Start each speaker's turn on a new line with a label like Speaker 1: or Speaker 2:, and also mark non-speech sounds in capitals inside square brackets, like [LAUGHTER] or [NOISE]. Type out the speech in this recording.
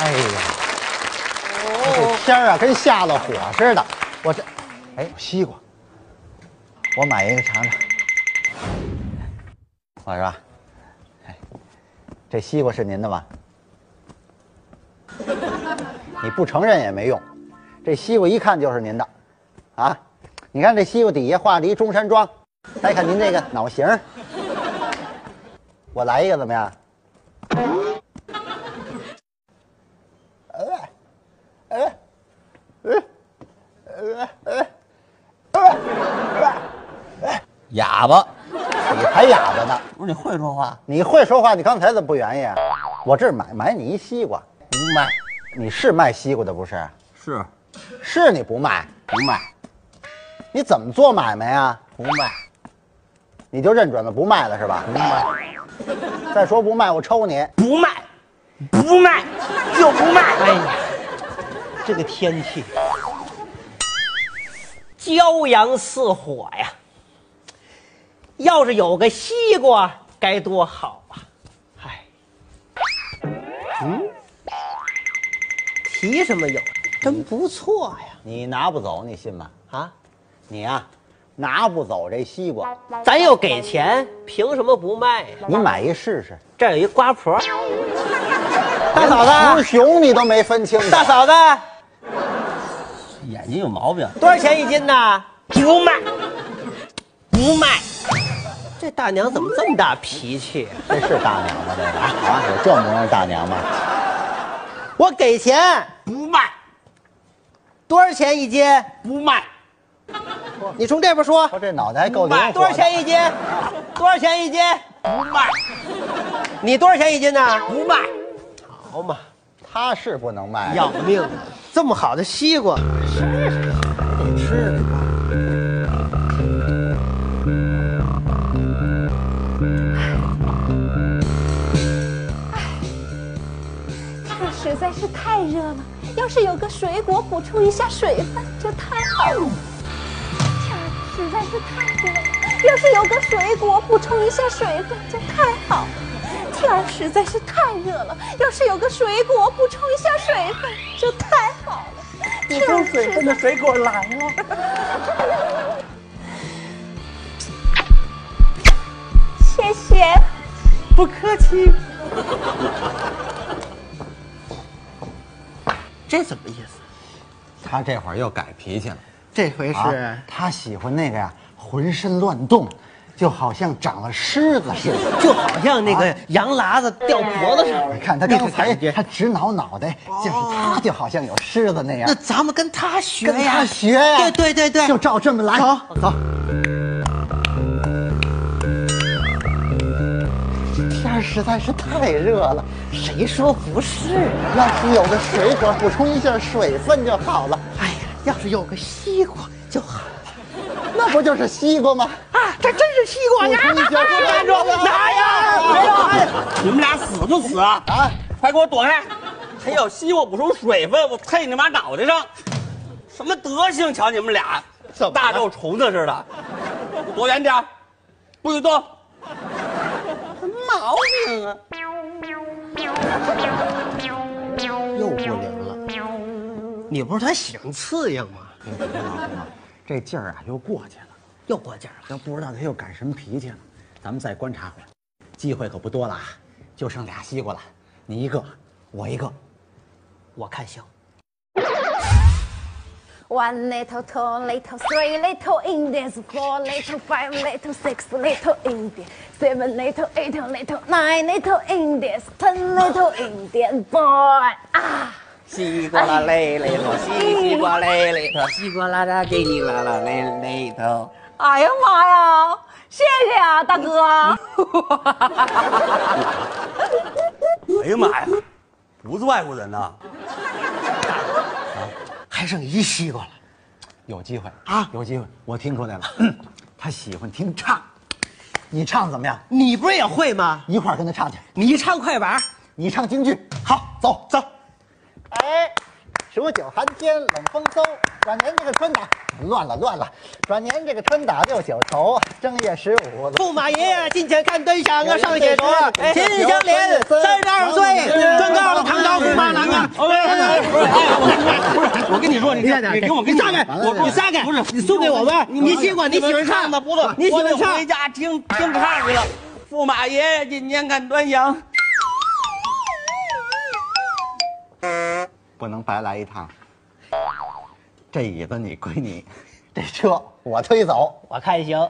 Speaker 1: 哎天儿啊，跟下了火似的。我这，哎，有西瓜，我买一个尝尝。我说，哎，这西瓜是您的吗？ [LAUGHS] 你不承认也没用，这西瓜一看就是您的，啊，你看这西瓜底下画了一中山装，再看您这个脑型儿，我来一个怎么样？
Speaker 2: 哑巴，
Speaker 1: 你还哑巴呢？
Speaker 2: 不是你会说话？
Speaker 1: 你会说话，你刚才怎么不原意啊？我这儿买买你一西瓜，
Speaker 2: 不卖，
Speaker 1: 你是卖西瓜的不是？
Speaker 2: 是
Speaker 1: 是你不卖，
Speaker 2: 不卖，
Speaker 1: 你怎么做买卖呀？
Speaker 2: 不卖，
Speaker 1: 你就认准了不卖了是吧？
Speaker 2: 不卖，
Speaker 1: 再说不卖，我抽你！
Speaker 2: 不卖，不卖，就不卖。哎呀，这个天气，骄阳似火呀。要是有个西瓜该多好啊！哎，嗯，提什么有？真不错呀！
Speaker 1: 你拿不走，你信吗？
Speaker 2: 啊，
Speaker 1: 你呀、拿不走这西瓜，
Speaker 2: 咱又给钱，凭什么不卖呀？
Speaker 1: 你买一试试。
Speaker 2: 这儿有一瓜婆，大嫂
Speaker 1: 雌
Speaker 2: 子，
Speaker 1: 雄你都没分清楚。
Speaker 2: 大嫂子，
Speaker 3: 眼睛有毛病，
Speaker 2: 多少钱一斤呢？不卖，不卖。这大娘怎么这么大脾气呀、啊
Speaker 1: 这是大娘吗？这个啊，有这模样大娘吗？
Speaker 2: 我给钱不卖，多少钱一斤？不卖。你从这边说，
Speaker 1: 我这脑袋还够灵活的。
Speaker 2: 多少钱一斤？多少钱一斤？不卖。你多少钱一斤呢？不卖。好嘛，
Speaker 1: 他是不能卖。
Speaker 2: 要命啊！这么好的西瓜，
Speaker 4: 这儿实在是太热了，要是有个水果补充一下水分，就太好了。这儿实在是太热了，要是有个水果补充一下水分，就太好了。天儿实在是太热了，要是有个水果补充一下水分，就太好了。补充水分的水果来了。 [LAUGHS] 谢谢。
Speaker 2: 不客气。这什么意思？
Speaker 1: 他这会儿又改脾气了。
Speaker 2: 这回是、
Speaker 1: 啊，他喜欢那个呀，浑身乱动，就好像长了虱子似的。
Speaker 2: 就好像那个羊喇子掉脖子上。
Speaker 1: 你看他刚才他直挠脑袋，就是他就好像有虱子那样
Speaker 2: 那。咱们跟他学
Speaker 1: 跟
Speaker 2: 呀，
Speaker 1: 他学呀，
Speaker 2: 哦对对对对，
Speaker 1: 就照这么来。
Speaker 2: 走
Speaker 1: 走。天儿实在是太热了，
Speaker 2: 谁说不是？
Speaker 1: 要是有个水果补充一下水分就好了，
Speaker 2: 哎呀，要是有个西瓜就好了
Speaker 1: 那不就是西瓜吗？
Speaker 2: 啊！这真是西瓜呀！
Speaker 1: 补充一下水
Speaker 2: 拿
Speaker 1: 分就
Speaker 2: 住，
Speaker 1: 好
Speaker 2: 拿呀！别动！哎呀
Speaker 3: 你们俩死不死啊？
Speaker 1: 啊！
Speaker 3: 快给我躲开！哎还有西瓜补充水分，我配你妈脑袋上！什么德行？瞧你们俩，
Speaker 1: 怎么了
Speaker 3: 大肉虫子似的，躲远点儿，不许动！毛病啊！
Speaker 2: 又不灵了。你不是他喜欢刺激吗？
Speaker 1: 这劲儿啊又过去了，
Speaker 2: 又过劲儿了。
Speaker 1: 都不知道他又改什么脾气了。咱们再观察会儿，机会可不多了，啊，就剩俩西瓜了，你一个，我一个。
Speaker 2: 我看行，
Speaker 4: One little, two little, three little Indians, four little, five little, six little Indians, seven little, eight little, nine little Indians, ten little Indian boy 啊！
Speaker 5: 西瓜啦嘞嘞头，西瓜嘞嘞头，西瓜啦啦给你啦啦嘞嘞头。
Speaker 4: 哎呀妈呀！谢谢啊，大哥！
Speaker 3: 哎呀妈呀，不是外国人呐！
Speaker 2: 还剩一西瓜了。
Speaker 1: 有机会
Speaker 2: 啊
Speaker 1: 有机会，我听出来了，嗯他喜欢听唱，你唱怎么样？
Speaker 2: 你不是也会吗？
Speaker 1: 一块儿跟他唱去，
Speaker 2: 你唱快板儿，
Speaker 1: 你唱京剧，好，走走。哎，数九寒天冷风嗖，转年这个春打乱了乱了，转年这个春打六九头，正月十五
Speaker 2: 驸马爷爷近前看端详啊，上写着
Speaker 1: 哎
Speaker 2: 秦香莲三十二岁，专高的唐朝驸马郎啊。
Speaker 3: 哎哎哎，不是，哎，我跟给我，你
Speaker 2: 站
Speaker 3: 给我，给
Speaker 2: 你
Speaker 3: 我
Speaker 2: 下来，
Speaker 1: 完了
Speaker 2: 你下来，
Speaker 3: 不是
Speaker 2: 你送给我呗，你喜欢你喜欢唱
Speaker 3: 的不是？
Speaker 2: 你喜欢
Speaker 3: 我得
Speaker 2: 唱
Speaker 3: 回家听听唱去了。驸马爷爷今年看端详，
Speaker 1: 不能白来一趟。这椅子你归你，这车我推走。
Speaker 2: 我看行。